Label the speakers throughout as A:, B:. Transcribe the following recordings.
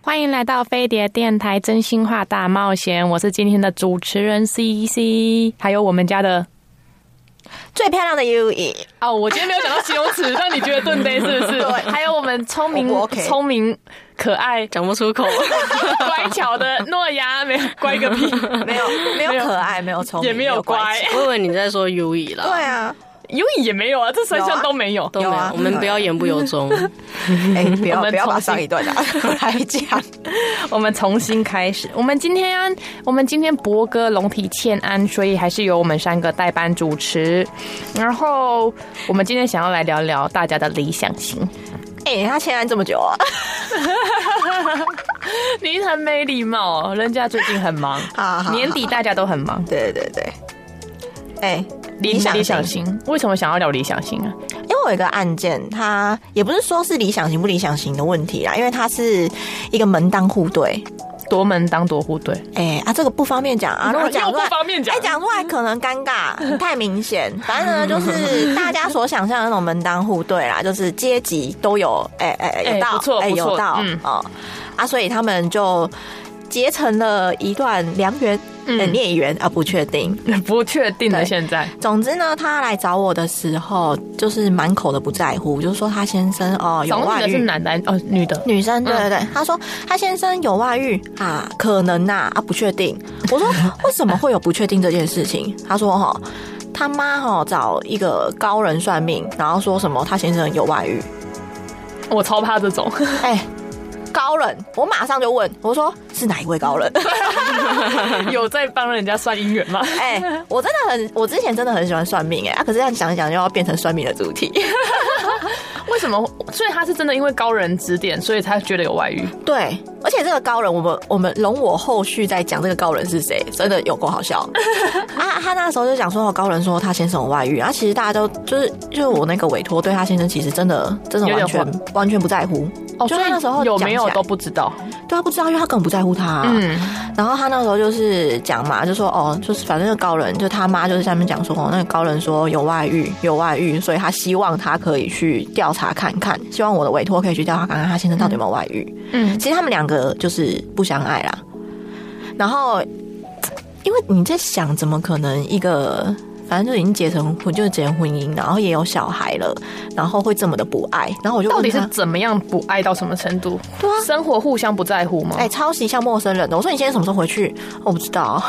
A: 欢迎来到飞碟电台真心话大冒险，我是今天的主持人 C E C，还有我们家的
B: 最漂亮的 U E，
A: 哦，我今天没有讲到形容词，让你觉得顿呆是不是？
B: 对
A: 还有我们聪明
B: 我不 OK
A: 聪明、可 爱、
C: 讲不出口，
A: 乖巧的诺亚，没乖个 屁，
B: 没有没有可爱，没有聪明，
A: 也没有乖，
C: 我以为你在说优以啦。
B: 对啊，
A: 优颖也没有啊，这三项都没有。
C: 都没有
B: 有啊
C: 我们不要言不由 衷。
B: 哎，不要
A: 我们
B: 不要
A: 重新
B: 把上一段啊 拿出来讲，
A: 我们重新开始。我们今天，我们今天博哥龙体欠安，所以还是由我们三个代班主持。然后，我们今天想要来聊聊大家的理想型。
B: 哎，他欠安这么 久啊，
A: 你很没礼貌，哦人家最近很忙，
B: 好好
A: 年底大家都很忙。
B: 对对对，哎，
A: 理
B: 理想型
A: 理想型，为什么想要聊理想型啊？
B: 因为我有一个案件，它也不是说是理想型不理想型的问题啦，因为它是一个门当户对，
A: 夺门当夺户对，
B: 哎、啊，这个不方便讲啊，如果讲出
A: 又
B: 来
A: 不方便讲
B: 哎，讲、出来可能尴 尬，太明显。反正呢，就是大家所想象的那种门当户对啦，就是阶级都有，哎哎哎，
A: 哎
B: 有到，
A: 不错不错
B: 有到，
A: 嗯
B: 哦，啊，所以他们就结成了一段良缘，
A: 嗯
B: 呃孽缘啊，不确定。
A: 不确定的
B: 对
A: 现在。
B: 总之呢，他来找我的时候，就是满口的不在乎，就说他先生哦有
A: 找
B: 啊
A: 你
B: 外
A: 的是
B: 遇。
A: 男的哦，女的。
B: 女生，对对对，她说她先生有外遇啊，可能呐、啊，不确定。我说为什么会有不确定这件事情？她说哈，他妈哈找一个高人算命，然后说什么他先生有外遇，
A: 我超怕这 种，
B: 哎、高人，我马上就问我说是哪一位高人？
A: 有在帮人家算姻缘 吗？
B: 哎、我真的很，我之前真的很喜欢算命哎、啊，可是这样想一想又要变成算命的主题。
A: 为什么？所以他是真的因为高人指点，所以他觉得有外遇。
B: 对，而且这个高人，我们我们容我后续再讲这个高人是谁，真的有够好 笑啊！他那时候就讲说，我高人说他先生有外遇，啊，其实大家都就是就是我那个委托对他先生，其实真的真的
A: 有点
B: 完全完全不在乎，
A: 哦，
B: 就
A: 所以
B: 他那时候
A: 有
B: 讲
A: 没
B: 起
A: 有
B: 来啊
A: 都不知道。
B: 对他不知道，因为他根本不在乎他、
A: 嗯，
B: 然后他那时候就是讲嘛，就说哦，就是反正那个高人，就他妈就是下面讲说，哦，那个高人说有外遇，有外遇，所以他希望他可以去调查看看，希望我的委托可以去调查看看他先生到底有没有外遇。
A: 嗯
B: 其实他们两个就是不相爱啦。然后，因为你在想，怎么可能一个反正就已经结成婚，就是结成婚姻，然后也有小孩了，然后会这么的不爱？然后我就
A: 到
B: 问
A: 底是
B: 他，
A: 怎么样不爱到什么程度？
B: 啊对啊
A: 生活互相不在乎吗？
B: 哎、抄袭像陌生人的。我说你现在什么时候回去？我不知道。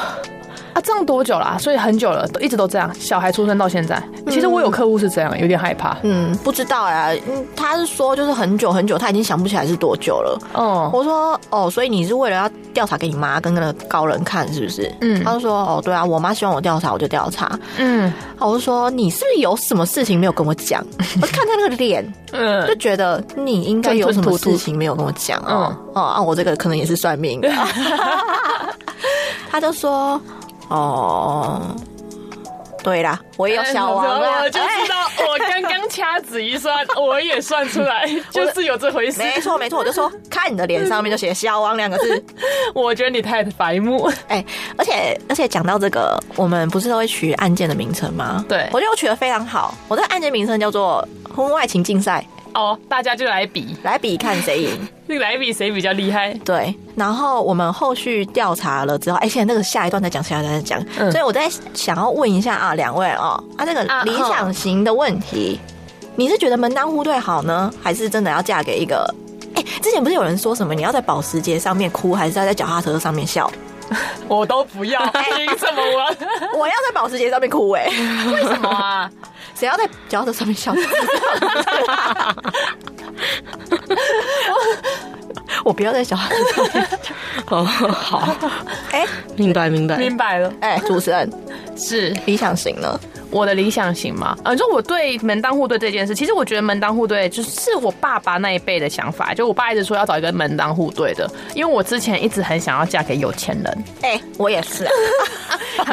A: 啊，这样多久啦、所以很久了，都一直都这样。小孩出生到现在，其实我有客户是这样，有点害怕。
B: 嗯，不知道呀、嗯，他是说就是很久很久，他已经想不起来是多久了。
A: 哦，
B: 我说哦，所以你是为了要调查给你妈跟那个高人看，是不是？
A: 嗯
B: 他就说哦，对啊，我妈希望我调查，我就调查。
A: 嗯
B: 好我就说你是不是有什么事情没有跟我讲？ 我看他那个脸，就
A: 嗯，
B: 觉得你应该有什么事情没有跟我讲哦。哦啊，我这个可能也是算命 的。他就说哦，对啦，我也有小王啦，
A: 我就
B: 哎
A: 知道，我刚刚掐指一算，我也算出 来，就是有这回事。
B: 没错没错，我就说看你的脸上面就写“小王”两 个字，
A: 我觉得你太白目，
B: 哎、而且而且讲到这个，我们不是都会取案件的名称吗？
A: 对
B: 我觉得我取得非常好，我这个案件名称叫做“婚外情竞赛
A: 哦，大家就来比”，，
B: 来比看谁赢。
A: 来比谁比较厉害。
B: 对，然后我们后续调查了之后，哎、现在那个下一段再讲，下一段再讲。
A: 嗯
B: 所以我在想要问一下啊，两位哦，啊，这个
A: 啊
B: 理想型的问题，你是觉得门当户对好呢，还是真的要嫁给一个？哎、之前不是有人说什么你要在保时捷上面哭，还是要在脚踏车上 面笑？
A: 我都不要，
B: 哎
A: 凭什么我？
B: 我要在保时捷上面哭、哎，
A: 为什么啊？
B: 谁要在脚踏车上面笑？ 我不要在脚踏车上面。
C: 哦，好，
B: 哎、
C: 明白明 白。
A: 明白了，
B: 哎、主持人，
A: 是
B: 理想型呢？
A: 我的理想型嘛？呃，就我对门当户对这件事，其实我觉得门当户对就是我爸爸那一辈的想法，就我爸一直说要找一个门当户对的，因为我之前一直很想要嫁给有钱人，
B: 哎、我也是、啊，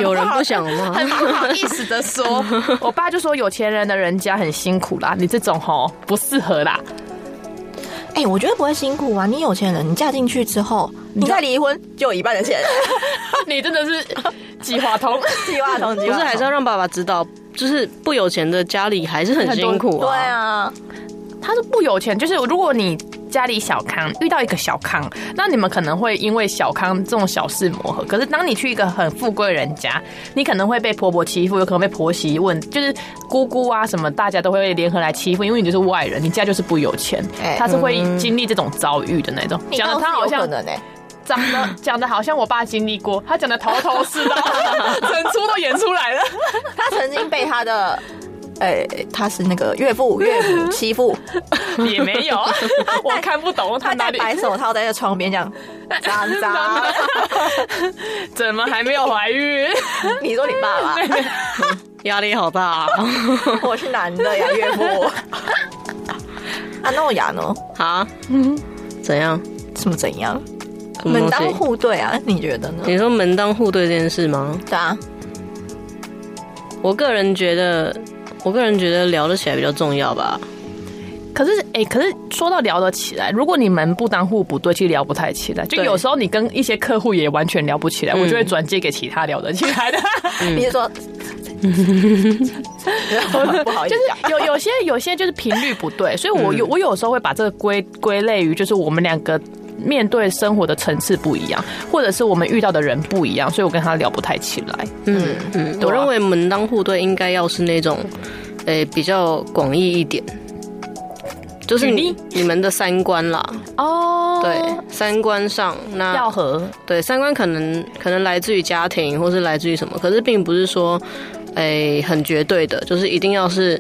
C: 有人不想 吗？
A: 很不好意思的说， 我爸就说有钱人的人家很辛苦啦，你这种吼不适合啦。
B: 哎、我觉得不会辛苦啊。你有钱人，你嫁进去之后，你再离婚就有一半的 钱，
A: 你真的是计划通，
B: 计划同
C: 不
B: 计划
C: 是，还是
B: 同
C: 要让爸爸知道，就是不有钱的家里还是很辛苦
B: 对
C: 啊。
B: 啊，
A: 他是不有钱，就是如果你家里小康遇到一个小康，那你们可能会因为小康这种小事磨合。可是当你去一个很富贵人家，你可能会被婆婆欺负，有可能被婆媳问，就是姑姑啊什么，大家都会联合来欺负，因为你就是外人，你家就是不有钱
B: 哎，
A: 他是会经历这种遭遇的那种。
B: 你
A: 讲的
B: 倒
A: 他
B: 是
A: 好
B: 有可
A: 像
B: 能哎、
A: 长得讲的好像我爸经历过，他讲的头头是 道，整出都演出来了。
B: 他曾经被他的。 哎、他是那个岳 父、岳母欺负，
A: 也没有，我看不懂他
B: 他
A: 哪
B: 戴
A: 里
B: 白手套在那窗边这 样，渣渣。
A: 怎么还没有怀孕。
B: 你说你爸 爸，
C: 压力好大、 啊。
B: 我是男的呀，岳 父。啊，那我牙呢？
C: 啊？怎样？
B: 怎么怎样？
C: 什么
B: 门当
C: 东西？
B: 户对啊？你觉得呢？
C: 你说门当户对这件事吗？
B: 对啊，
C: 我个人觉得，我个人觉得聊得起来比较重要吧。
A: 可是，哎、可是说到聊得起来，如果你们不当户不对，其实聊不太起来。就
C: 对
A: 有时候你跟一些客户也完全聊不起来，
C: 嗯
A: 我就会转接给其他聊得 起来的。
B: 你是 说？不好意
A: 就
B: 思讲，
A: 是有有些有些就是频率不 对，所以
B: 嗯
A: 我有、我有时候会把这个归归类于就是我们两个。面对生活的层次不一样，或者是我们遇到的人不一样，所以我跟他聊不太起来。
C: 嗯嗯，
A: 对啊
C: 我认为门当户对应该要是那种，诶、比较广义一点，就是
A: 举
C: 你
A: 例
C: 你们的三观啦，
A: 哦
C: 对，三观上那
B: 啊
A: 要和
C: 对三观可能可能来自于家庭，或是来自于什么，可是并不是说，诶、很绝对的，就是一定要是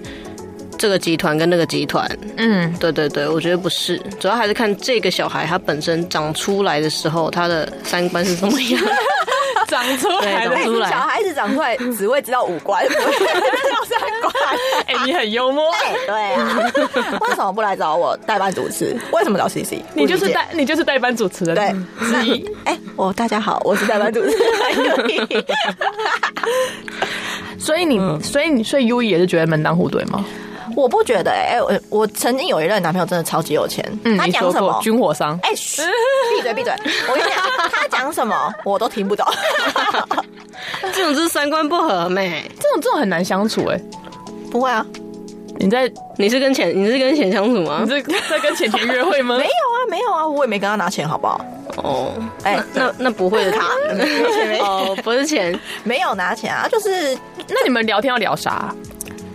C: 这个集团跟那个集团，
A: 嗯，
C: 对对对，我觉得不是，主要还是看这个小孩他本身长出来的时候，他的三观是怎 么样。
A: 长出来
C: 来
A: 了
C: 了。出来
B: 哎小孩子长出来只会知道五 官，不会知道三观。
A: 哎、你很幽默，
B: 哎对啊，为什么不来找我代班主持？为什么找 CC？
A: 你就是
B: 不理解
A: 代你就是代班主持人。
B: 对，是哎，我大家好，我是代班主持 哎人。
A: 所以你，所以你，所以 U E 也是觉得门当户对吗？
B: 我不觉得哎、我我曾经有一任男朋友真的超级有钱，
A: 嗯，
B: 他
A: 你
B: 讲
A: 说
B: 什
A: 过
B: 么？
A: 军火商，
B: 哎，嘘闭嘴闭嘴！我跟你讲，他讲什么我都听 不懂。
C: 这种就是三观不合妹。
A: 这种这种很难相处哎、
B: 不会啊，
A: 你在
C: 你是跟钱，你是跟钱相处吗
A: 你？是在跟浅田约会吗
B: 没？有啊，没有啊，我也没跟他拿钱，好不好？
C: 哦，
B: 哎、
C: 那那不会的卡， 哦，不是钱，
B: 没有拿钱啊，就是
A: 那你们聊天要聊啥？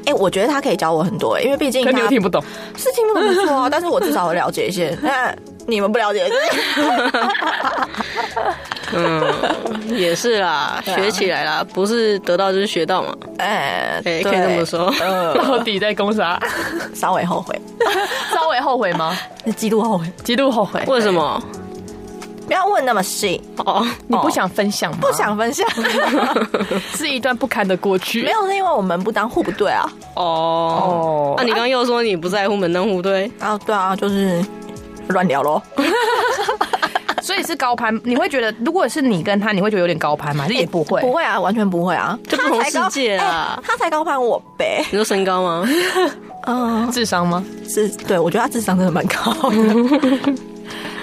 B: 哎、我觉得他可以教我很多、哎，因为毕竟
A: 可
B: 他
A: 你又听不懂，
B: 是听不懂没错啊，但 是我至少了解一些。 那你们不了解，
C: 嗯，也是啦，
B: 对啊
C: 学起来啦，不是得到就是学到嘛，
B: 哎、
C: 哎，
B: 对，呃
C: 可以这么，说。
A: 到底在攻啥？
B: 稍微后悔，
A: 稍微后悔吗？
B: 是极度后悔。
A: 极度后悔。
C: 为什么？
B: 不要问那么细，
C: 哦，
A: 你不想分享吗？
B: 不想分 享。
A: 是一段不堪的过去。
B: 没有，是因为我们不当户不对啊。
C: 哦，
A: 哦，
C: 那你刚刚又说你不在乎门当户对，
B: 啊，对啊，就是乱聊咯。
A: 所以是高攀，你会觉得如果是你跟他，你会觉得有点高攀吗？还是也哎不会，
B: 不会啊，完全不会啊，
C: 这不同
B: 他才高
C: 世界啊
B: 哎他才高攀我呗。
C: 你说身高吗？
B: 嗯，
A: 智商吗？
B: 是，对我觉得他智商真的蛮高 的。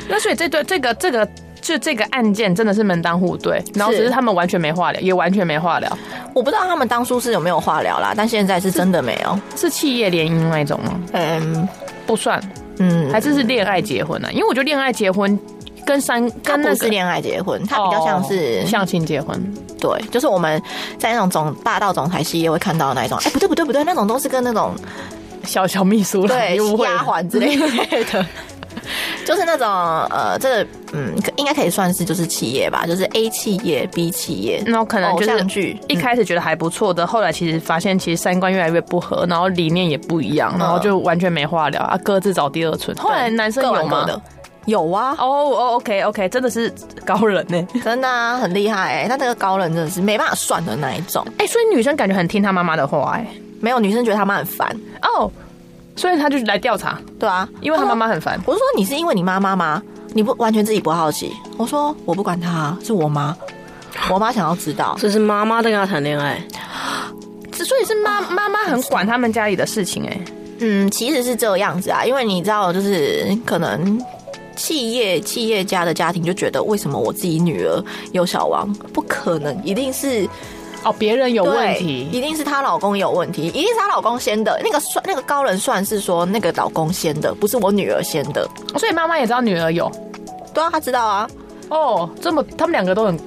A: 那所以这对这个这个。就这个案件真的是门当户对，然后只是他们完全没话聊，也完全没话聊，
B: 我不知道他们当初是有没有话聊啦，但现在是真的没有。
A: 是企业联姻那一种吗？
B: 嗯
A: 不算，
B: 嗯，
A: 还是是恋爱结婚呢、啊？因为我觉得恋爱结婚跟三
B: 他
A: 跟那
B: 不
A: 个
B: 是恋爱结婚，他比较像是、
A: 哦相亲结婚，
B: 对，就是我们在那种总霸道总裁系列会看到的那一种。哎、不对不对不对，那种都是跟那种
A: 小小秘书啦
B: 对
A: 你误会了
B: 丫鬟之类的。 就是那种呃，这个嗯，可应该可以算是就是企业吧，就是 A 企业、B 企业，
A: 那可能就
B: 偶
A: 是
B: 像剧嗯
A: 一开始觉得还不错的，后来其实发现其实三观越来越不合，然嗯后理念也不一样，然后就完全没话聊啊，各自找第二春。后来男生
B: 各玩
A: 有
B: 各
A: 吗？
B: 的，有啊，
A: 哦哦，OK OK，真的是高人呢、
B: 真的、啊、很厉害、欸。他那个高冷真的是没办法算的那一种。
A: 哎、所以女生感觉很听她妈妈的话哎、
B: 没有女生觉得他妈很烦，
A: 哦，所以她就来调查，
B: 对啊，
A: 因为她妈妈很烦。
B: 我是说你是因为你妈妈吗？你不完全自己不好奇？我说我不管她，是我妈，我妈想要知道，
C: 这是妈妈在跟他谈恋爱，
A: 所以是妈妈妈很管他们家里的事情哎、
B: 嗯，其实是这样子啊，因为你知道，就是可能。企业企业家的家庭就觉得，为什么我自己女儿有小王？不可能，一定是
A: 哦，别人有问
B: 对一
A: 题，
B: 定是她老公有问题，一定是她老公先的。那个算那个高人算是说那个老公先的，不是我女儿先的。
A: 所以妈妈也知道女儿有
B: 对啊，他知道啊，
A: 哦，这么他们两个都很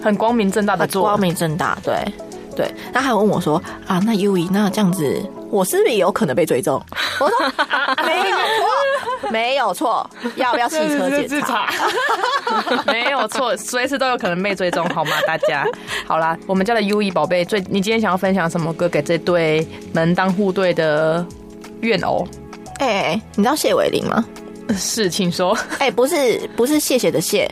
A: 很光明正大的
B: 他
A: 做，
B: 光明正大，对对。他还问我说啊，那 U 一那这样子，我是不是也有可能被追踪？ 我说、啊没有错，没有错，要不要汽车检查？
A: 查， 没有错，随时都有可能被追踪， 好吗？大家，好啦，我们家的 U E 宝贝，最你今天想要分享什么歌给这对门当户对的怨偶？
B: 哎、你知道谢伟玲吗？
A: 是，请 说。
B: 哎、不是不是谢谢 的谢，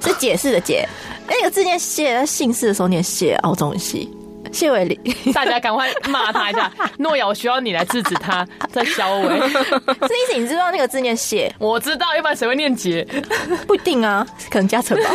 B: 是解释的解。那个字念谢，但姓氏的时候念谢哦，中文系谢伟玲 是
A: 大家赶快骂他一下，诺瑶需要你来制止他，在消 委。
B: 意思你知道那个字念谢
A: 我知道，要不然谁会念姐？
B: 不一定啊，可能加成 吧。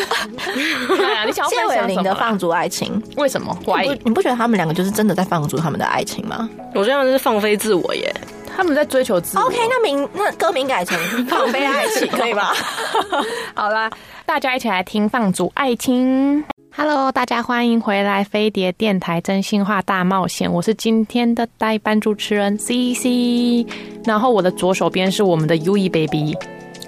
A: 哎呀你想要
B: 谢
A: 分
B: 伟
A: 享
B: 玲
A: 什么
B: 的
A: 啦？
B: 放逐爱情，
A: 为什么怀
B: 不
A: 疑
B: 你不觉得他们两个就是真的在放逐他们的爱情吗
C: 我这样就是放飞自我耶。
A: 他们在追求自我
B: ？OK，那名那歌名改 成放飞爱情可以 吧？
A: 好啦，大家一起来听《放逐爱情》。Hello，大家欢迎回来飞碟电台真心话大冒险，我是今天的代班主持人 CC，然后我的左手边是我们的 U E baby，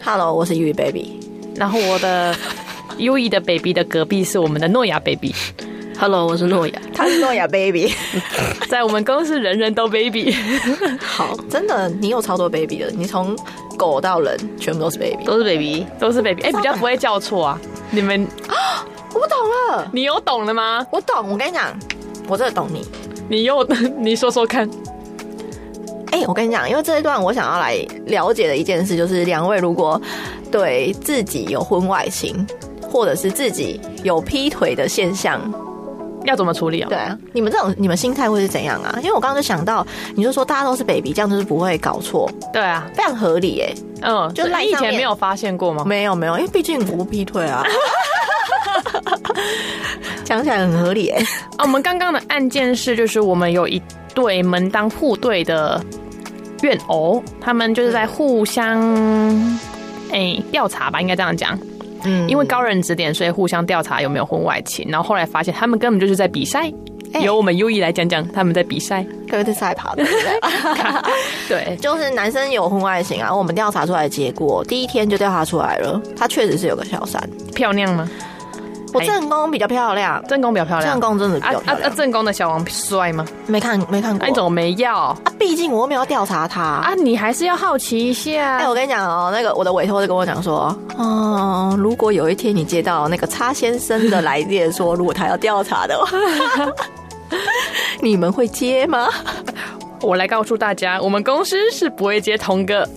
B: Hello，我是 U Baby。
A: 然后我的 U E 的 baby 的隔壁是我们的诺亚 baby，
C: Hello，我是诺亚。
B: 他是诺亚 baby，
A: 在我们公司人人都 baby，
B: 好，真的，你有超多 baby 的，你从狗到人，全部都是 baby。
C: 都是 baby，
A: 都是 baby，哎、比较不会叫错啊。你们，
B: 我不懂了，
A: 你有懂了吗？
B: 我懂，我跟你讲，我真的懂你。
A: 你又 你说说看，
B: 哎、我跟你讲，因为这一段我想要来了解的一件事，就是两位如果对自己有婚外情，或者是自己有劈腿的现象，
A: 要怎么处理啊？
B: 对啊，你们这种你们心态会是怎样啊？因为我刚刚就想到，你就说大家都是 baby，这样就是不会搞错，
A: 对啊，
B: 非常合理哎、
A: 嗯，
B: 就赖
A: 你以
B: 上
A: 前
B: 面
A: 没有发现过吗？
B: 没有没有，因为毕竟我不劈腿啊。 讲起来很合理哎、
A: 啊，我们刚刚的案件是，就是我们有一对门当户对的怨偶，他们就是在互相哎调、查吧，应该这样讲，
B: 嗯
A: 因为高人指点，所以互相调查有没有婚外情，然后后来发现他们根本就是在比赛。
B: 哎
A: 由我们优异来讲讲他们在比赛，
B: 各位在赛跑的，对不对
A: 对，
B: 就是男生有婚外情啊。我们调查出来的结果，第一天就调查出来了，他确实是有个小三。
A: 漂亮吗？
B: 我正宫比较哎漂亮，啊
A: 正宫比较漂亮，
B: 正宫真的比
A: 啊
B: 较
A: 啊
B: 漂
A: 啊！
B: 亮，
A: 正宫的小王帅吗？
B: 没看没看过。
A: 那你怎么没要
B: 啊，毕竟我又没有调查他啊
A: 啊？你还是要好奇一下。
B: 哎、我跟你讲哦，那个我的委托就跟我讲说，嗯，如果有一天你接到那个叉先生的来电说，如果他要调查的话， 你们会接吗？
A: 我来告诉大家，我们公司是不会接同个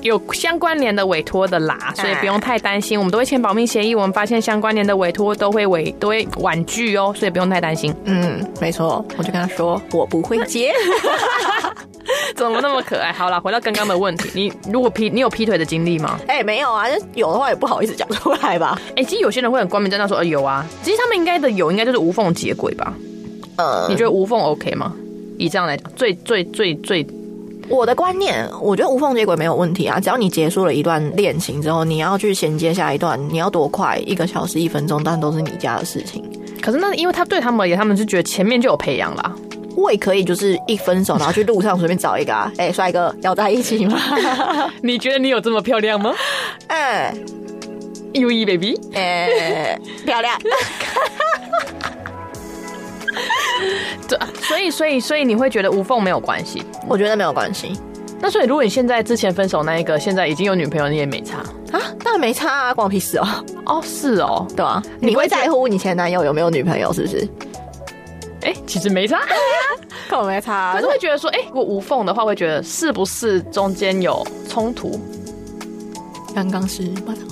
A: 有相关联的委托的啦，所以不用太担心，我们都会签保密协议。我们发现相关联的委托都会委都会婉拒哦，所以不用太担心。
B: 嗯，没错，我就跟他说我不会接。
A: 怎么那么可爱？好啦，回到刚刚的问题，你如果劈你有劈腿的经历吗？
B: 哎、没有啊，就有的话也不好意思讲出来吧。
A: 哎、其实有些人会很光明正大说，呃，有啊。其实他们应该的有，应该就是无缝接轨吧？
B: 呃
A: 你，觉得无缝 OK 吗？以这样来讲，最最最最
B: 我的观念，我觉得无缝接轨没有问题啊，只要你结束了一段恋情之后，你要去衔接下一段，你要多快，一个小时、一分钟，但都是你家的事情。
A: 可是那因为他对他们而言，他们是觉得前面就有培养啦，
B: 我也可以，就是一分手，然后去路上随便找一 个啊，哎、帅哥，要在一起 吗？
A: 你觉得你有这么漂亮 吗
B: 哎
A: ？U E baby。
B: 哎、漂 亮，
A: 对，啊所以所以所以你会觉得无缝没有关系。
B: 我觉得没有关系
A: 那所以如果你现在之前分手那一个，现在已经有女朋友，你也没差。
B: 啊，当然没差啊，关我屁事哦，
A: 哦，是哦，
B: 对啊，
A: 你
B: 你
A: 不会
B: 会
A: 觉得
B: 在乎你前男友有没有女朋友是不是？
A: 哎、其实没差，
B: 跟我没差、啊
A: 可是会觉得说，哎、如果无缝的话，会觉得是不是中间有冲突？
B: 刚刚是马上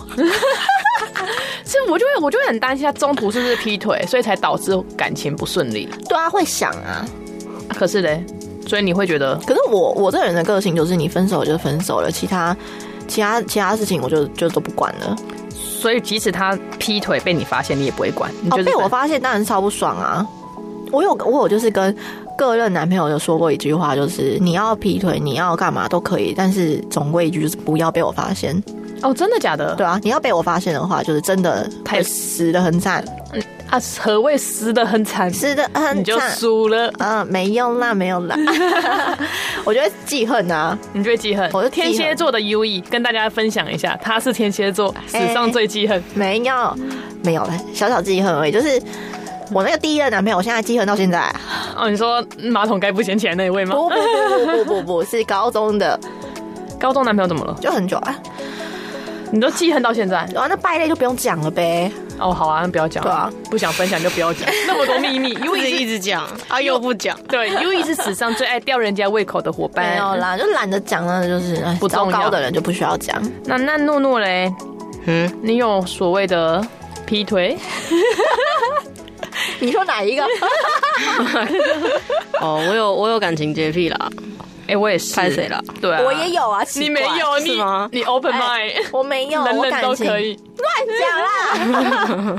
A: 是我就会我就会很担心他中途是不是劈腿，所以才导致感情不顺利。
B: 对啊，会想啊。
A: 啊可是嘞，所以你会觉得
B: 可是我我这人的个性就是，你分手就分手了，其他其他其他事情我就就都不管了。
A: 所以即使他劈腿被你发现，你也不会管，你
B: 哦
A: 就，是
B: 被我
A: 反
B: 发现当然超不爽啊！我有我有就是跟各任男朋友有说过一句话，就是你要劈腿，你要干嘛都可以，但是总归一句就是不要被我发现。
A: 哦，真的假的？
B: 对啊，你要被我发现的话，就是真的
A: 太
B: 会死的很惨，
A: 啊，何谓撕的很惨，
B: 死的很
A: 你就
B: 惨。
A: 输了，
B: 嗯，没用啦，没用啦， 我觉得记恨啊，
A: 你就会记恨。
B: 我是记恨
A: 天蝎座的优异，跟大家分享一下，他是天蝎座史
B: 哎
A: 上最记恨。
B: 没有，没有啦，小小记恨而已。就是我那个第一任男朋友，我现在记恨到现 在啊，
A: 哦，你说马桶盖不掀起来那一位吗？
B: 不不不不不不不，是高中的，
A: 高中男朋友怎么了？
B: 就很久啊。
A: 你都记恨到现在？
B: 然后那败类就不用讲了呗。
A: 哦，好啊，那不要讲。
B: 对啊，
A: 不想分享就不要 讲，那么多秘密。
C: 不
A: 优
C: 是
A: 异
C: 一
A: 是
C: 直讲啊，又不讲，
A: 对，优异是史上最爱吊人家胃口的伙伴。
B: 没有啦，就懒得讲了，就是哎
A: 不
B: 糟
A: 重要
B: 糕的人就不需要讲。
A: 那那诺诺嘞，
C: 嗯，
A: 你有所谓的劈腿？
B: 你说哪一个？
A: 啊
C: 哦，我有我有感情洁癖啦，
A: 哎、我也是。
C: 拍谁啦？
A: 对啊，
B: 我也。有啊，
A: 你
B: 奇怪
A: 没有，
C: 是
A: 你
C: 吗
A: 你 open
B: 哎
A: mind，、
B: 我没 有，
A: 人
B: 我
A: 人
B: 感
A: 都
B: 情
A: 可以。
B: 乱讲啦。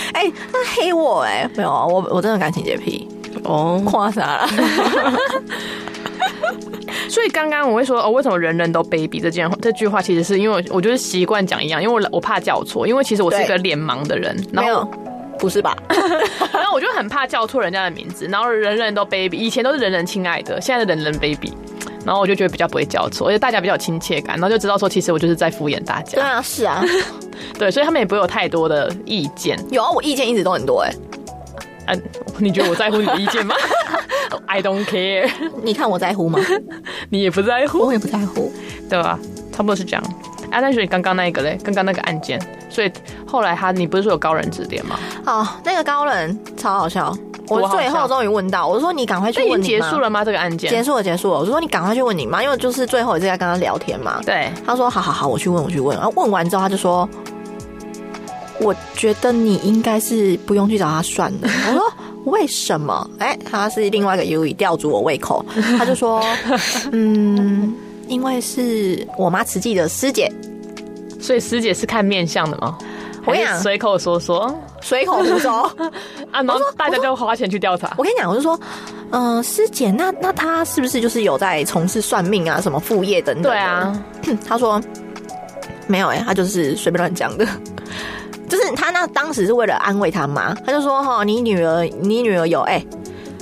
B: 哎，他黑我哎，没有啊，我我真的感情洁癖，
C: 哦，
B: 夸啊啥 了？
A: 所以刚刚我会说哦，为什么人人都 baby 这件这句话，其实是因为我我就是习惯讲一样，因为我我怕叫错，因为其实我是一个脸盲的人，然
B: 没有
A: 后，
B: 不是吧？
A: 然后我就很怕叫错人家的名字，然后人人都 baby，以前都是人人亲爱的，现在是人人 baby，然后我就觉得比较不会叫错，而且大家比较有亲切感，然后就知道说其实我就是在敷衍大
B: 对
A: 家，
B: 啊，是啊，
A: 对，所以他们也不会有太多的意见。
B: 有啊，我意见一直都很多哎。
A: 嗯、你觉得我在乎你的意见 吗 ？I don't care，
B: 你看我在乎 吗？
A: 你也不在乎。
B: 我也不在乎。
A: 对吧、差不多是这样。啊，但是你刚刚那一个嘞，刚刚那个案件，所以后来他，你不是说有高人指点吗？
B: 哦，那个高冷超好笑，我
A: 多好
B: 最后
A: 笑
B: 终于问到，我说你赶快去
A: 这已
B: 问
A: 经
B: 你
A: 结
B: 妈
A: 束了，吗？这个案件？
B: 结束了，结束了。我说你赶快去问你妈，因为就是最后一次在跟她聊天嘛。
A: 对，
B: 他说：“好好好，我去问，我去问。”然后问完之后，他就说：“我觉得你应该是不用去找他算了。”我说：“为什么？”哎、他是另外一个 U 以吊足我胃口，他就说：“ 嗯，因为是我妈慈济的师姐，
A: 所以师姐是看面相的吗？
B: 我跟你
A: 还
B: 讲
A: 是随口说说
B: 随口胡说。
A: 啊，然后大家就花钱去调查”。
B: 我跟你讲，我就说：“嗯、师姐，那那她是不是就是有在从事算命啊、什么副业等等？”
A: 对，啊，
B: 他说没有哎、他就是随便乱讲的。 就是他那当时是为了安慰他妈，他就说：“哈、你女儿，你女儿有哎。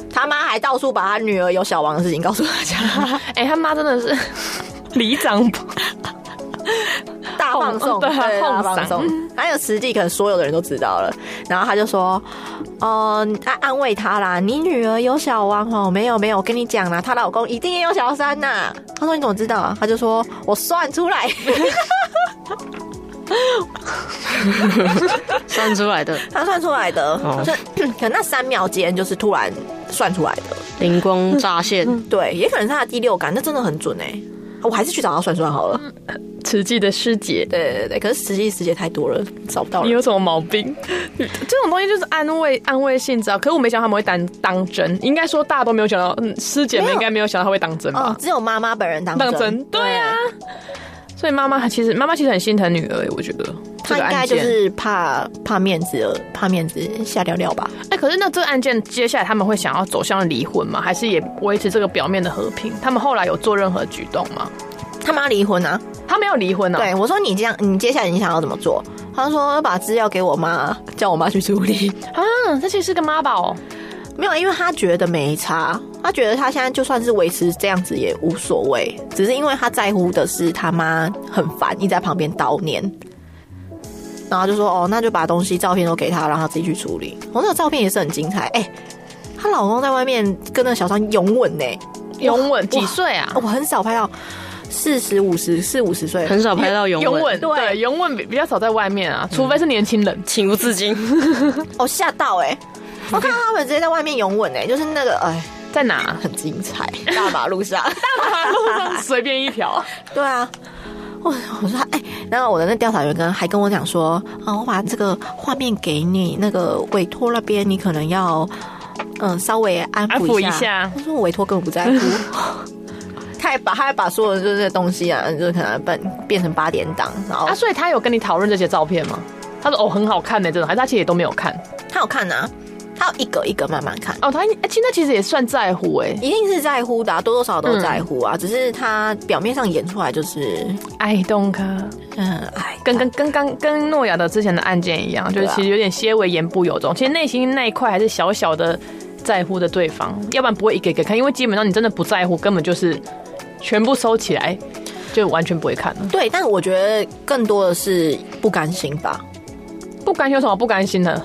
B: 他妈还到处把他女儿有小王的事情告诉大家，
A: 哎、他妈真的 是里长婆，
B: 大放送，
A: 哦对啊
B: 大
A: 放
B: 放
A: 闪
B: 送。还有实际可能所有的人都知道了。然后他就说：“哦、安安慰他啦，你女儿有小王哦，没有没有，我跟你讲啦，她老公一定也有小三呐、他说：“你怎么知道啊？”他就说：“我算出来。”
C: 算出来的
B: 他算出来的，
C: 哦
B: 就 可能那三秒间就是突然算出来的，
C: 灵光乍现，
B: 对，也可能是他的第六感，那真的很准哎、我还是去找他算算好了。
A: 慈济的师姐。
B: 对对对对，可是实际时间太多了，找不到
A: 你
B: 人。
A: 有什么毛病？这种东西就是安慰安慰性质啊。可是我没想到他们会当当真，应该说大家都没有想到，嗯，师姐
B: 没
A: 们应
B: 有
A: 该没有想到他会当真吧？
B: 哦，只有妈妈本人当
A: 当真，对啊。所以妈妈其实妈妈其实很心疼女儿，欸我觉得这
B: 他
A: 个
B: 应该
A: 案
B: 就
A: 件。
B: 是怕怕面子了，怕面子吓尿尿吧？
A: 哎、可是那这个案件接下来他们会想要走向离婚吗？还是也维持这个表面的和平？他们后来有做任何举动吗？
B: 他妈离婚啊？
A: 他没有离婚呢、哦
B: 对，我说你这样，你接下来你想要怎么做？他说把资料给我妈，叫我妈去处理。
A: 啊，这其实是个妈宝。
B: 没有，因为他觉得没差，他觉得他现在就算是维持这样子也无所谓，只是因为他在乎的是他妈很烦，一直在旁边叨念，然后就说哦，那就把东西照片都给他，让他自己去处理。我、那个照片也是很精彩，哎、她老公在外面跟那个小三拥吻呢、
A: 拥吻
B: 哇
A: 几岁啊
B: 我？很少拍到四十五十四五十岁，
C: 很少 拍到拥
A: 拥
C: 吻
A: 吻，对，拥吻比比较少在外面啊，除非是年轻人。
C: 情不自禁，
B: 哦吓到哎、我看到他们直接在外面拥吻哎、就是那个哎，
A: 在 哪？
B: 很精彩，大马路上。
A: 随便一条。
B: 对啊，我我说哎，然后我的那调查员跟还跟我讲说，啊，我把这个画面给你，那个委托那边你可能要嗯稍微安
A: 安
B: 抚
A: 抚一下
B: 他说我委托根本不 在乎。他还把他还把所有的就是东西啊，就是可能变变成八点档，然后
A: 啊，所以他有跟你讨论这些照片吗？他说哦，很好看的、这种，还是他其实也都没有看
B: 他有看啊，他有一个一个慢慢看，
A: 哦。他哎其实那其实也算在乎哎、
B: 一定是在乎的啊、多多少少都在乎
A: 嗯
B: 啊，只是他表面上演出来就是，
A: I don't care，
B: 嗯，哎，
A: 跟跟跟刚跟诺亚的之前的案件一样，就是
B: 对啊
A: 其实有点些微言不由衷，其实内心那一块还是小小的在乎的对方，要不然不会一个一个看，因为基本上你真的不在乎，根本就是全部收起来，就完全不会看了。
B: 对，但我觉得更多的是不甘心吧，
A: 不甘心有什么不甘心的？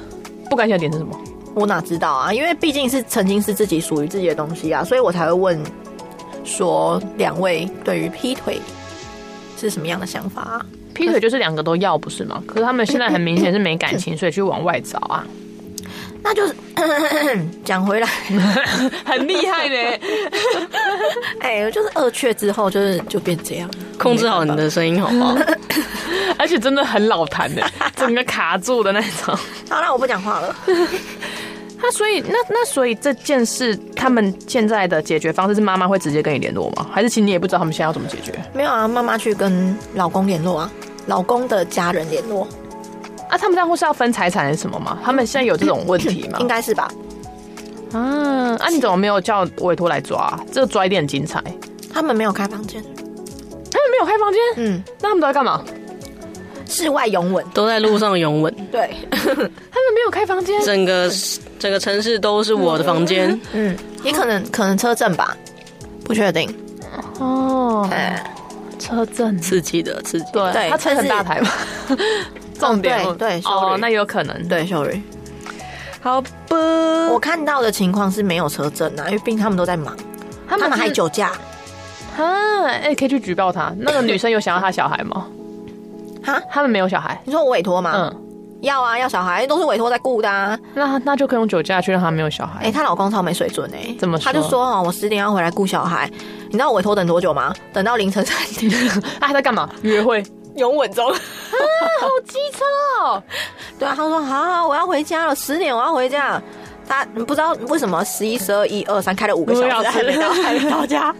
A: 不甘心的点是什么？
B: 我哪知道啊？因为毕竟是曾经是自己属于自己的东西啊，所以我才会问说两位对于劈腿是什么样的想法、啊？
A: 劈腿就是两个都要，不是吗？可是他们现在很明显是没感情，所以去往外找啊，
B: 那就是 讲回来，
A: 很厉害嘞。
B: 哎、就是二缺之后就是就变这样，
C: 控制好你的声音好不好？
A: 而且真的很老痰 的，整个卡住的那种。
B: 好，那我不讲话了。
A: 那所以那那所以这件事，他们现在的解决方式是妈妈会直接跟你联络吗？还是其实你也不知道他们现在要怎么解决？
B: 没有啊，妈妈去跟老公联络啊，老公的家人联络，
A: 啊，他们这样会是要分财产还是什么吗？他们现在有这种问题吗？
B: 应该是吧？
A: 该啊，啊你怎么没有叫委托来抓、这抓一定很精彩。
B: 他们没有开房间，
A: 他们没有开房间，
B: 嗯，
A: 那他们都在干嘛？
B: 室外拥吻，
C: 都在路上拥吻，
B: 对，
A: 他们没有开房间，
C: 整个整个城市都是我的房间。
B: 嗯，也可能可能车震吧，不确定，
A: 哦，
C: 嗯
B: 哎、
A: 车震，
C: 刺激的，刺激的。
A: 对，
B: 对
A: 他车很大
B: 但
A: 台吧？ 重点
B: 对对
A: 哦
B: sorry，
A: 那有可能。
B: 对，sorry，
A: 好吧，
B: 我看到的情况是没有车震啊，因为毕竟他们都在忙，
A: 他
B: 他们还
A: 是
B: 酒驾
A: 啊，哎、可以去举报他。那个女生有想要他小孩吗？
B: 哈，
A: 他们没有小孩。
B: 你说我委托吗？
A: 嗯，
B: 要啊，要小孩都是委托在雇的啊。
A: 那那就可以用酒驾去让他没有小
B: 哎、
A: 孩。
B: 她老公超没水准哎、欸，
A: 怎么说
B: 她就说哦，我十点要回来顾小孩，你知道我委托等多久吗？等到凌晨三 点，
A: 他
B: 啊
A: 还在干嘛？约会。啊
B: 拥吻中。
A: 好机车 哦！
B: 对啊，他说好好，我要回家了，十点我要回家。他不知道为什么十一、十二、一二、三开了五个小
A: 五个小
B: 时
A: 时
B: 还 没到，还没到家。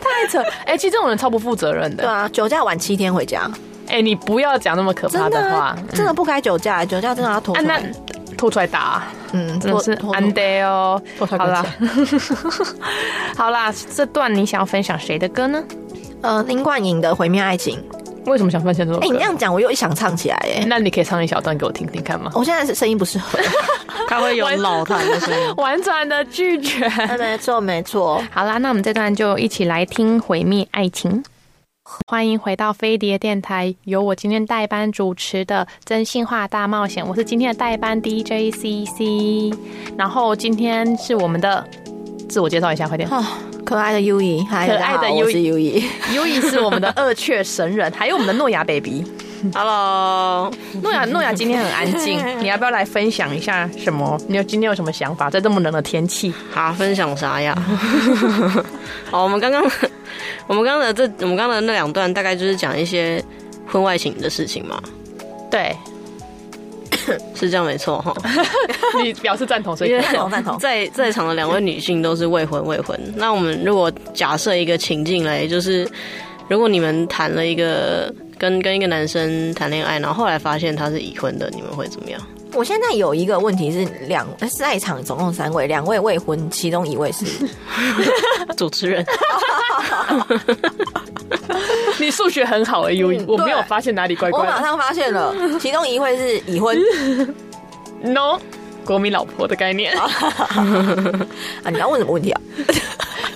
A: 太扯！哎、其实这种人超不负责任
B: 对
A: 的。
B: 啊，酒驾晚七天回家，
A: 哎、你不要讲那么可怕
B: 真的
A: 的话嗯
B: 啊。真的不该酒驾，酒驾真的要拖
A: 啊，
B: 出
A: 那
B: 来。
A: 吐出来打、啊
B: 嗯，
A: 真的
B: 拖
A: 是
B: 拖
A: 安得哦。
B: 拖出来
A: 好啦
B: 关起，
A: 好啦，这段你想要分享谁的歌呢？
B: 呃，林冠颖的《毁灭爱情》，
A: 为什么想分享这首歌？
B: 哎，你这样讲我又想唱起来耶。
A: 那你可以唱一小段给我听听看吗？。
B: 我现在声音不适合。
C: 它会有老痰的声音
A: 婉转的拒绝。
B: 没错，没错。
A: 好啦，那我们这段就一起来听《毁灭爱情》。欢迎回到飞碟电台，由我今天代班主持的《真心话大冒险》，我是今天的代班 DJ CC。然后今天是我们的自我介绍一下，快 点。
B: 哦，可爱的优怡，嗨
A: 可爱的
B: 大家
A: 优
B: 好
A: 怡
B: 我是优 怡。
A: 尤以是我们的二雀神人，还有我们的诺亚 baby。
C: Hello，
A: 诺亚，诺亚今天很安 静，你要不要来分享一下什么？你有今天有什么想法？在这么冷的天气，
C: 好，分享啥呀？好，我们刚刚我们刚刚的这我们刚刚的那两段，大概就是讲一些婚外情的事情嘛，
A: 对
C: 是这样没错哈。
A: 你表示赞同，所
C: 因
A: 以
C: 为
B: 赞同赞同
C: 在在场的两位女性都是未婚未婚。那我们如果假设一个情境嘞，就是如果你们谈了一个跟跟一个男生谈恋爱，然后后来发现他是已婚的，你们会怎么样？
B: 我现在有一个问题是两，呃在场总共三位，两位未婚，其中一位 是
C: 主持人，
A: 你数学很好而已，我没有发现哪里怪
B: 我
A: 怪
B: 马
A: 的。
B: 上发现了，其中一位是已婚
A: No，国民老婆的概念。
B: 啊！你要问什么问题啊？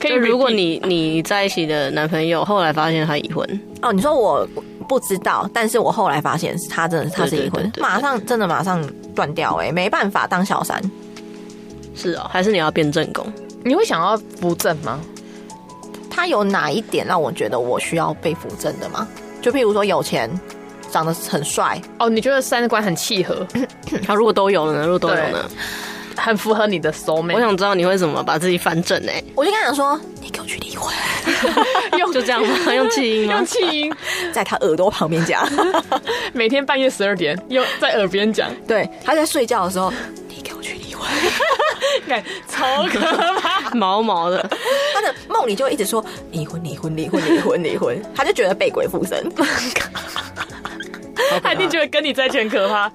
A: 可以
C: 就
A: repeat，
C: 如果你你在一起的男朋友后来发现他已婚，
B: 哦，你说我不知道，但是我后来发现他真的他是已
C: 对对
B: 婚
C: 对，对
B: 马上真的马上断掉哎、没办法当小三，
C: 是哦，还是你要变正宫？
A: 你会想要扶正吗？
B: 他有哪一点让我觉得我需要被扶正的吗？就譬如说有钱，长得很帅，
A: 哦，你觉得三观很契合，
C: 他如果都有了呢？如果都有呢？
A: 很符合你的 soul mate。
C: 我想知道你会怎么把自己反整哎、
B: 我就跟他讲说，你给我去离 婚，
A: 用
C: 就这样吗？用气音吗
A: 用？气音，
B: 在他耳朵旁边 讲，
A: 每天半夜十二点用在耳边讲，
B: 对，他在睡觉的时候，你给我去 离婚，
A: 看超可怕。
C: 毛毛的，
B: 他的梦里就一直说离婚，离婚，离婚，离婚，离婚， 他就觉得被鬼附身。
C: 好 可
A: 他一定
C: 怕
A: 觉得跟你在一起很可怕，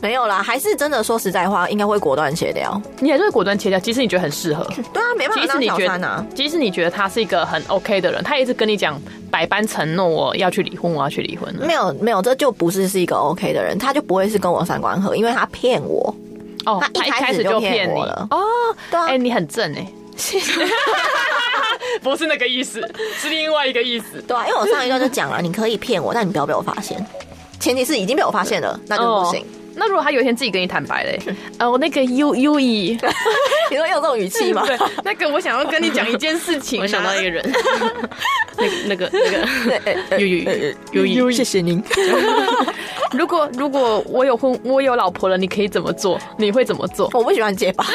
B: 没有啦，还是真的说实在话，应该会果断切掉。
A: 你还是会果断切掉。即使你觉得很适 合，
B: 对啊，没办
A: 即使
B: 法当
A: 你
B: 小
A: 觉
B: 三
A: 得
B: 啊。，
A: 即使你觉得他是一个很 OK 的人，他一直跟你讲百般承诺，我要去离婚，我要去离婚了。
B: 没有没有，这就不是是一个 OK 的人，他就不会是跟我三观合，因为他骗我。
A: 哦
B: 他一开始就
A: 就
B: 骗
A: 骗你
B: 我了
A: 哦，
B: 对啊，
A: 哎，你很正哎， 不是那个意思，是另外一个意思。
B: 对啊，因为我上一段就讲了，你可以骗我，但你不要被我发现。前提是已经被我发现
A: 哦
B: 了，那就不行。
A: 那如果他有一天自己跟你坦白嘞， 呃，我那个 E 优优以，
B: 你说用这种语气吗？
A: 对，那个我想要跟你讲一件事情啊，
C: 我想到一个人，那个那个那个，有有有
B: 有有，谢谢您。
A: 如果如果我有婚，我有老婆了，你可以怎么做？你会怎么做？
B: 我不喜欢结巴，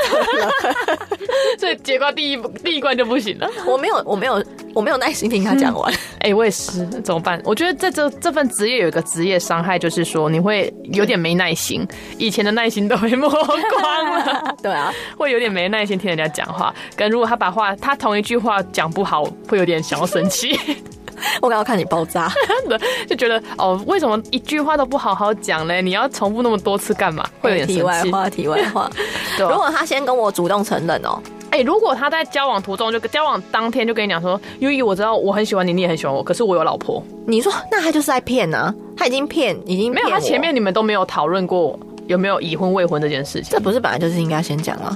A: 所以结果第一第一关就不行了。
B: 我没有，我没有，我没有耐心听他讲完。
A: 哎、我也是，怎么办？我觉得在这这份职业有一个职业伤害，就是说你会有点没耐心，以前的耐心都被磨 光了，
B: 对啊，
A: 会有点没耐心听人家讲话。跟如果他把话，他同一句话讲不好，会有点想要生气，
B: 我刚刚看你爆炸，
A: 真的就觉得哦，为什么一句话都不好好讲嘞？你要重复那么多次干嘛？ 会有点生
B: 哎题外
A: 气。
B: 话，题外话。
A: 对啊
B: 如果他先跟我主动承认哦，
A: 哎、如果他在交往途中就交往当天就跟你讲说，优一，我知道我很喜欢你，你也很喜欢我，可是我有老婆。
B: 你说那他就是在骗啊，他已经骗，已经
A: 没有，
B: 骗
A: 他
B: 我
A: 前面你们都没有讨论过有没有已婚未婚这件事情
B: 这。不是本来就是应该先讲啊？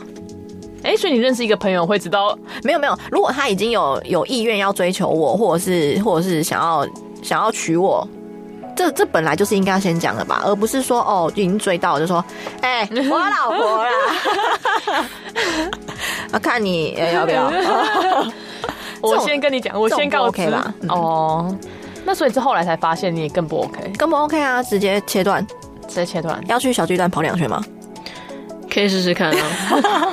A: 哎、所以你认识一个朋友会知道
B: 没有没有，如果他已经有有意愿要追求我，或者是或者是想要想要娶我，这这本来就是应该先讲的吧，而不是说哦已经追到了就说，哎、 我有老婆 啦，啊看你、哎要不 要？
A: 我先跟你讲，我先告知、
B: 这种不 OK 吧嗯
A: 哦，那所以是后来才发现你也更不 OK，
B: 根本 OK 啊，直接切断。
A: 直接切断。
B: 要去小巨蛋跑两圈吗？
C: 可以试试看啊。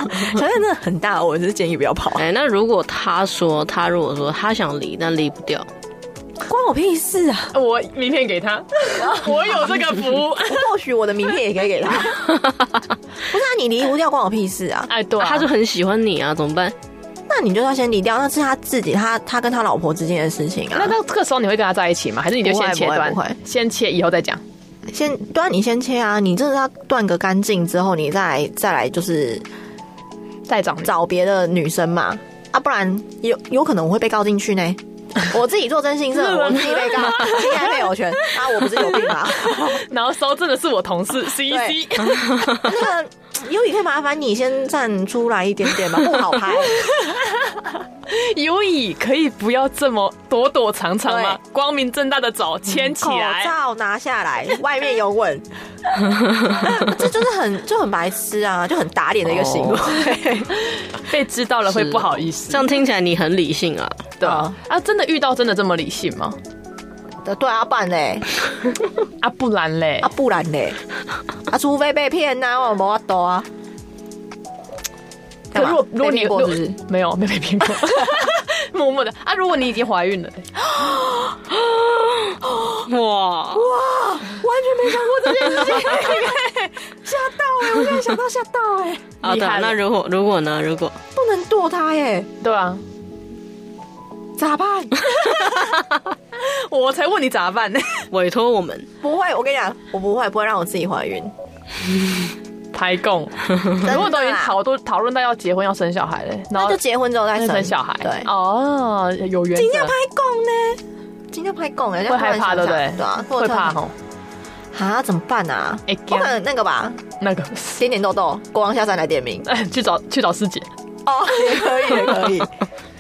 B: 小巨蛋真的很大，我是建议不要跑，
C: 哎，那如果他说他如果说他想离，但离不掉，
B: 关我屁事啊！
A: 我名片给 他，我有这个服务。
B: 或许我的名片也可以给 他。不是啊，你离不掉关我屁事啊！
A: 哎，对、啊，
C: 他就很喜欢你啊，怎么办？
B: 那你就要先离掉，那是他自己，他他跟他老婆之间的事情啊。
A: 那那这个时候你会跟他在一起吗？还是你就先切断
B: 不会不会，
A: 先切以后再讲？
B: 先端你先切啊，你这是要断个干净之后，你再再来就是
A: 再找你
B: 找别的女生嘛，啊，不然有有可能我会被告进 去呢。我自己做真心社，我自己被告，侵害配偶权，啊，我不是有病 吗？
A: 然后收真的是我同事 C C，
B: 那个优以可以麻烦你先站出来一点点吧，不好拍。
A: 尤以可以不要这么躲躲藏藏吗？光明正大的找牵 起
B: 口
A: 来。
B: 罩拿下来，外面 有吻，这就是很就很白痴啊，就很打脸的一个行为。
A: 哦被知道了会不好意思，
B: 哦
C: 这样听起来你很理性啊。
A: 对啊，啊，真的遇到真的这么理性吗？
B: 对啊，不然嘞，
A: 啊，不然嘞
B: 啊，不然嘞，啊，除非被骗呐、我没法多啊。
A: 可如果如果
B: 被
A: 你
B: 骗过是不是？
A: 没有没被骗 过，默默的啊，如果你已经怀孕了嘞，
C: 哇，
B: 完全没想过这件事情，吓到哎、我没有想到吓到哎、
C: 好
A: 厉
C: 的
A: 害，了
C: 啊那如果如果呢？如果
B: 不能堕胎哎、
A: 对啊，
B: 咋办？
A: 我才问你咋办呢？
C: 委托我们，
B: 不会，我跟你讲，我不会，不会让我自己怀孕。
A: 排供，
B: 啊
A: 如
B: 如
A: 果都已经讨论讨论到要结婚要生小孩嘞，然
B: 那
A: 后
B: 就结婚之后再
A: 再
B: 生
A: 生小孩，
B: 对，
A: 哦，有缘
B: 尽量
A: 分
B: 拍，供呢，尽量拍供哎，
A: 会害怕
B: 这
A: 对
B: 样
A: 不对
B: 突然想？对啊，
A: 会怕
B: 哈
A: 吼，
B: 啊，怎么办 啊？
A: 哎
B: 不可能那个吧，
A: 那个
B: 点点痘痘，国王下山来点名
A: 去找去找师姐，
B: 哦，也可以，也可以。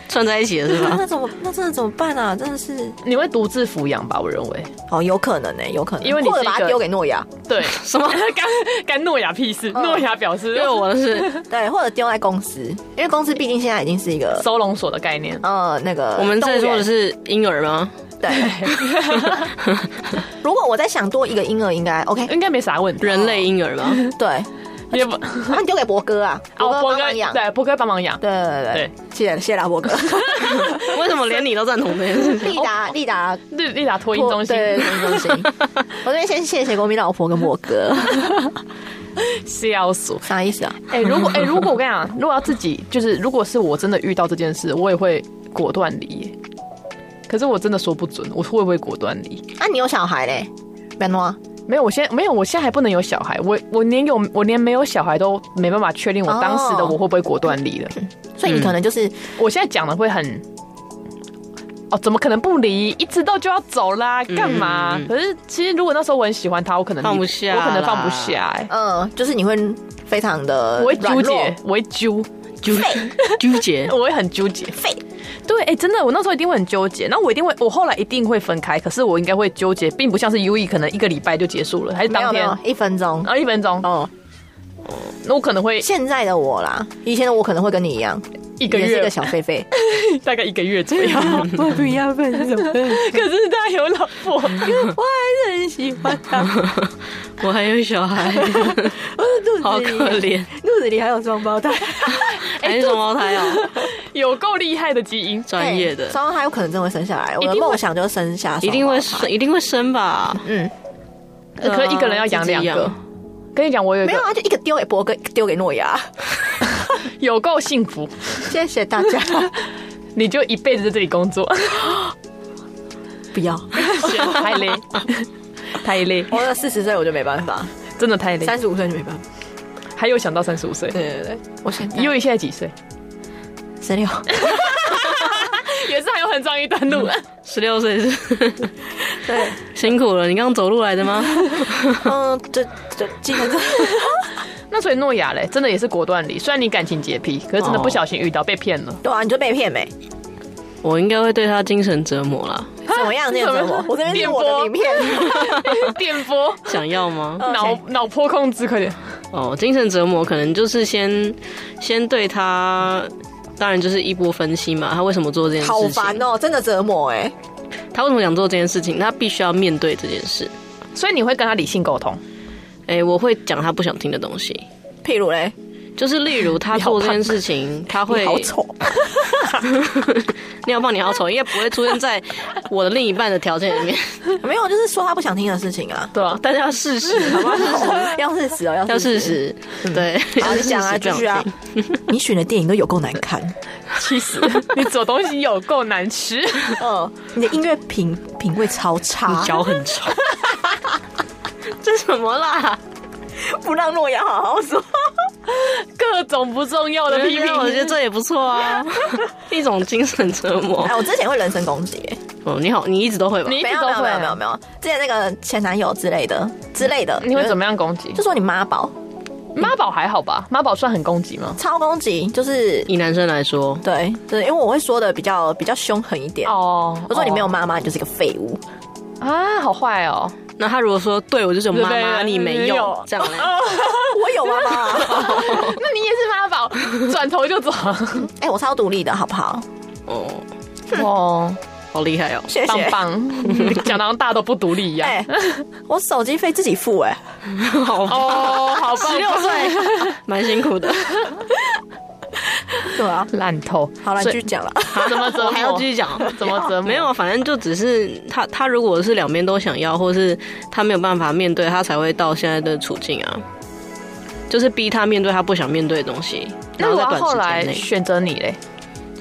C: 串在一起了是
B: 啊
C: 吧？
B: 那怎么？那真的怎么办啊？真的是
A: 你会独自抚养吧？我认为，
B: 哦，有可能呢、有可能，
A: 因为你
B: 或者
A: 是一
B: 把它
A: 个
B: 丢给诺亚，
A: 对，
C: 什么？
A: 干干诺亚屁
B: 嗯
A: 事，诺亚表示
C: 因为我的是
B: 对，或者丢在公司，因为公司毕竟现在已经是一个
A: 收容所的概念。
B: 呃那个
C: 我们在
B: 动
C: 说
B: 物
C: 的
B: 园
C: 是婴儿吗？
B: 对。 如果我再想多一个婴儿，应该 OK
A: 哎应该没啥问题。
C: 人类婴儿吗？
B: 对。
A: 也不
B: 然后你丢给博哥啊，博
A: 哦，
B: 哥
A: 博
B: 帮
A: 哥
B: 忙养。
A: 对博哥帮忙养，
B: 对对对
A: 对哦
B: 对，谢谢谢谢啦，博哥。哦
C: 为什么连你都赞同这件 事情？
B: 利达利达
A: 丽丽达托婴哦中心
B: 对，托婴 中心。我这边先谢谢国民老婆跟博哥，
A: 笑死。
B: 啥意思啊？
A: 哎、如果哎、如果我跟你讲，如果要自己就是，如果是我真的遇到这件事，我也会果断离耶。可是我真的说不准，我会不会果断离？
B: 啊，你有小孩嘞？没弄啊？
A: 没有，我现在没有，我现在还不能有小孩，我我连有我连没有小孩都没办法确定我当时的
B: 哦
A: 我会不会果断离了。
C: 嗯
B: 所以
A: 嗯
B: 你可能就是
A: 我现在讲的会很，哦，怎么可能不离？一知道就要走啦，干嘛？
C: 嗯嗯嗯
A: 可是其实如果那时候我很喜欢他，我可能
C: 放不下
A: 我可能放不
C: 啦呃
A: 下、哎，
B: 嗯，就是你会非常的
A: 我会
B: 软
A: 纠
B: 弱
A: 结，我会揪。
C: 纠纠结，
A: 我会很纠结。
B: 废
A: 对，哎、真的，我那时候一定会很纠结。那我一定会，我后来一定会分开。可是我应该会纠结，并不像是 U E 可能一个礼拜就结束了，还是
B: 没
A: 当
B: 有没
A: 天，嗯
B: 有
A: 然
B: 一分钟。
A: 后一分钟。
B: 哦，
A: 那我可能会
B: 现在的我啦，以前的我可能会跟你一样，
A: 一个
B: 也是一
A: 月
B: 个，小狒狒，
A: 大概一个月左右。
B: 我不一样，不然怎 么？
A: 可是他有老婆，
B: 我还是很喜欢他，
C: 我还有小 孩，
B: 肚
C: 好可怜，
B: 肚子里还有双胞胎， 哎
C: 还是双胞 胎哦，
A: 有够厉害的基因。
C: 专业的
B: 对哎双胞胎有可能真的会生下来。我
A: 一
B: 的
A: 定会
B: 梦想就是生下，
C: 一定会生，。一定会生吧？
B: 嗯，
C: 对啊
A: 可是一个人要养两
C: 自己
A: 个
C: 养。
A: 跟你讲，我有一
B: 没有
A: 个
B: 啊，就一个丢给博哥，一个丢给诺亚。
A: 有够幸福，
B: 谢谢大家，
A: 你就一辈子在这里工作，
B: 不要，
A: 太 累，太累，
B: 活到四十岁我就没办法，
A: 真的太累。
B: 三十五岁就没办法。
A: 还有想到三十五岁
B: 对对对，我现在
A: ，U E 现在几岁？
B: 十六，
A: 也是还有很长一段 路。
C: 十六岁是
B: 对，
C: 辛苦了，你刚走路来的吗？
B: 嗯，这这今年这。
A: 那所以诺亚嘞，真的也是果断离。虽然你感情洁癖，可是真的
C: 哦
A: 不小心遇到被骗了
B: 对啊，你就被骗没？
C: 我应该会对他精神折磨啦，
B: 怎么样？这样折磨？我这边是我的名片，哦
A: 电波、
C: 想要吗？
A: 脑脑波控制，快点！
C: 哦，精神折磨可能就是先先对他，当然就是一波分析嘛，他为什么做这件事情？
B: 好烦哦，真的折磨哎。
C: 他为什么想做这件事情？他必须要面对这件事。
A: 所以你会跟他理性沟通，
C: 哎、我会讲他不想听的东西，
B: 譬如嘞，
C: 就是例如他
A: 你好
C: 做
A: 胖
C: 这件事情，他会
B: 你 好丑，
C: 你好胖，你好丑，应该不会出现在我的另一半的条件里面。
B: 没有，就是说他不想听的事 情啊。
A: 对吧、
C: 大家要事实，好不好？
B: 要事实哦，
C: 要
B: 要
C: 事
B: 事实。
C: 实，对，
B: 好，你讲啊，
C: 事实
B: 继续啊
C: 不想听。
B: 你选的电影都有够难看，
A: 气 死！你做东西有够难吃，
B: 嗯，你的音乐品品味超差，
C: 脚很臭，这什么啦？
B: 不让诺亚好 好说。
A: 各种不重要的批评。
C: 我觉得这也不错 啊，一种精神折磨
B: 哎，。我之前会人身攻击，
C: 哦，你好，你一直都会吧？
A: 你一
B: 没
A: 直
B: 有
A: 都
B: 没有
A: 会啊
B: 没有没有没有，之前那个前男友之类的之类的，
A: 你会怎
B: 么？
A: 么样攻击
B: 就？说你妈宝，
A: 妈宝还好吧？妈宝算很攻击吗？
B: 超攻击，就是
C: 以男生来说，
B: 对对，因为我会说的比较比较凶狠一点。
A: 哦，
B: 我说你没有
A: 哦
B: 妈妈，你就是个废 物。
A: 啊，好坏 哦。
C: 那他如果说对我就是有妈
A: 对
C: 妈，
A: 对
C: 你没
A: 没
C: 有
A: 有
C: 这样 嘞，
B: 我有妈妈 啊，
A: 那你也是妈宝，转头 就走。
B: 哎，我超独立的，好不好？
C: 哦，
A: 哦，
C: 好厉害哦！
B: 谢
A: 棒
B: 谢。
A: 棒，讲到大家都不独立一样。
B: 哎，我手机费自己付哎。
C: 好，
A: 哦，好棒！
C: 十六岁，蛮辛苦的。
B: 对啊，
A: 烂透，
B: 好了，你
A: 所
B: 继
A: 以
B: 续讲了。
A: 怎么折 磨？
C: 我还要继续讲，
A: 怎么折磨？
C: 哦 没有，啊，反正就只是他，他如果是两边都想要，或是他没有办法面对，他才会到现在的处境啊，就是逼他面对他不想面对的东西，然
A: 那
C: 后
A: 我
C: 在
A: 要
C: 短
A: 后
C: 时
A: 来
C: 间内，
A: 选择你嘞？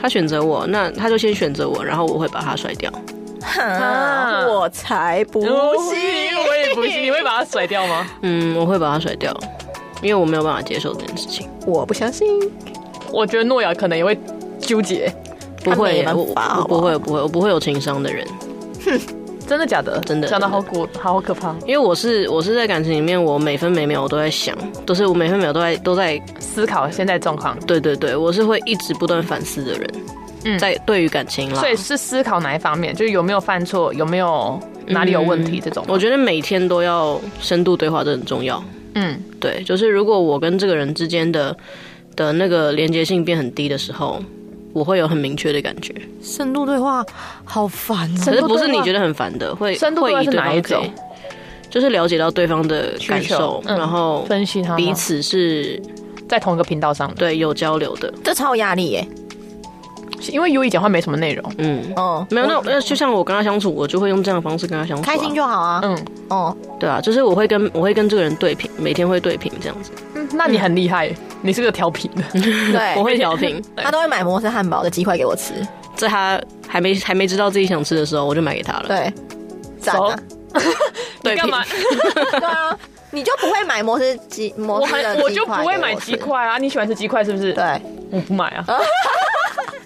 C: 他选择我，那他就先选择我，然后我会把他甩掉。
B: 啊 我才不 信，
A: 我也不信，你会把它甩掉吗？
C: 嗯，我会把他甩掉，因为我没有办法接受这件事情。
B: 我不相信。
A: 我觉得诺亚可能也会纠结，
C: 不会
B: 他没，办
C: 我
B: 法
C: 我
B: 好不好
C: 不会，我不会，我不会有情商的人，
A: 真的假的？
C: 真的
A: 讲的好过，好可怕，
C: 因为我是我是在感情里面，我每分每秒我都在想，都是我每分每秒都在都在
A: 思考现在状况，
C: 对对对，我是会一直不断反思的人。
A: 嗯
C: 在对于感情啦，
A: 所以是思考哪一方面，就是有没有犯错，有没有哪里有问题这种。
C: 嗯我觉得每天都要深度对话，这很重要。
A: 嗯，
C: 对，就是如果我跟这个人之间的的那个连接性变很低的时候，我会有很明确的感觉。
B: 深度对话好烦哦
C: 可
A: 深
C: 是
A: 度对话
C: 不是你觉得很烦的，会
A: 深度对话
C: 会以
A: 是
C: 对
A: 哪一
C: 方可以
A: 种？
C: 就是了解到对方的感受，
A: 需求嗯
C: 然后
A: 分析他吗
C: 彼此是
A: 在同一个频道上的，
C: 对有交流的，
B: 这超有压力耶。
A: 因为 U 一讲话没什么内容，
C: 嗯。
A: 哦
B: 嗯，
C: 没有，那那就像我跟他相处，我就会用这样的方式跟他相处、啊，
B: 开心就好啊。
A: 嗯，
B: 哦，
C: 对啊，就是我会跟我会跟这个人对频，每天会对频这样子，
A: 那
C: 嗯
A: 你很厉害，你是个调皮的，
B: 对
C: 我，会 调频，
B: 他都会买摩斯汉堡的鸡块给我吃。
C: 在他还没还没知道自己想吃的时候，我就买给他了，
B: 对，赞 啊！
C: 对
A: 你干
C: 频
A: 嘛？
B: 对啊，你就不会买摩斯鸡摩
A: 我
B: 斯
A: 很
B: 的
A: 我
B: 鸡
A: 就不
B: 块
A: 会
B: 给
A: 买
B: 我
A: 鸡
B: 吃。
A: 块啊！你喜欢吃鸡块是不是？，
B: 对，
A: 我不买 啊。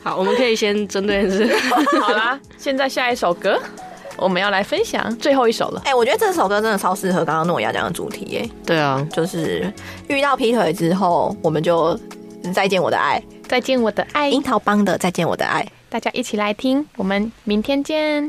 C: 好，我们可以先针对是，
A: 好啦，现在下一首歌，我们要来分享最后一首了。
B: 哎、我觉得这首歌真的超适合刚刚诺亚讲的主题耶，
C: 对啊，
B: 就是遇到劈腿之后，我们就再见我的爱，
A: 再见，我的爱
B: 樱桃帮的再见我的爱。
A: 大家一起来听，我们明天见。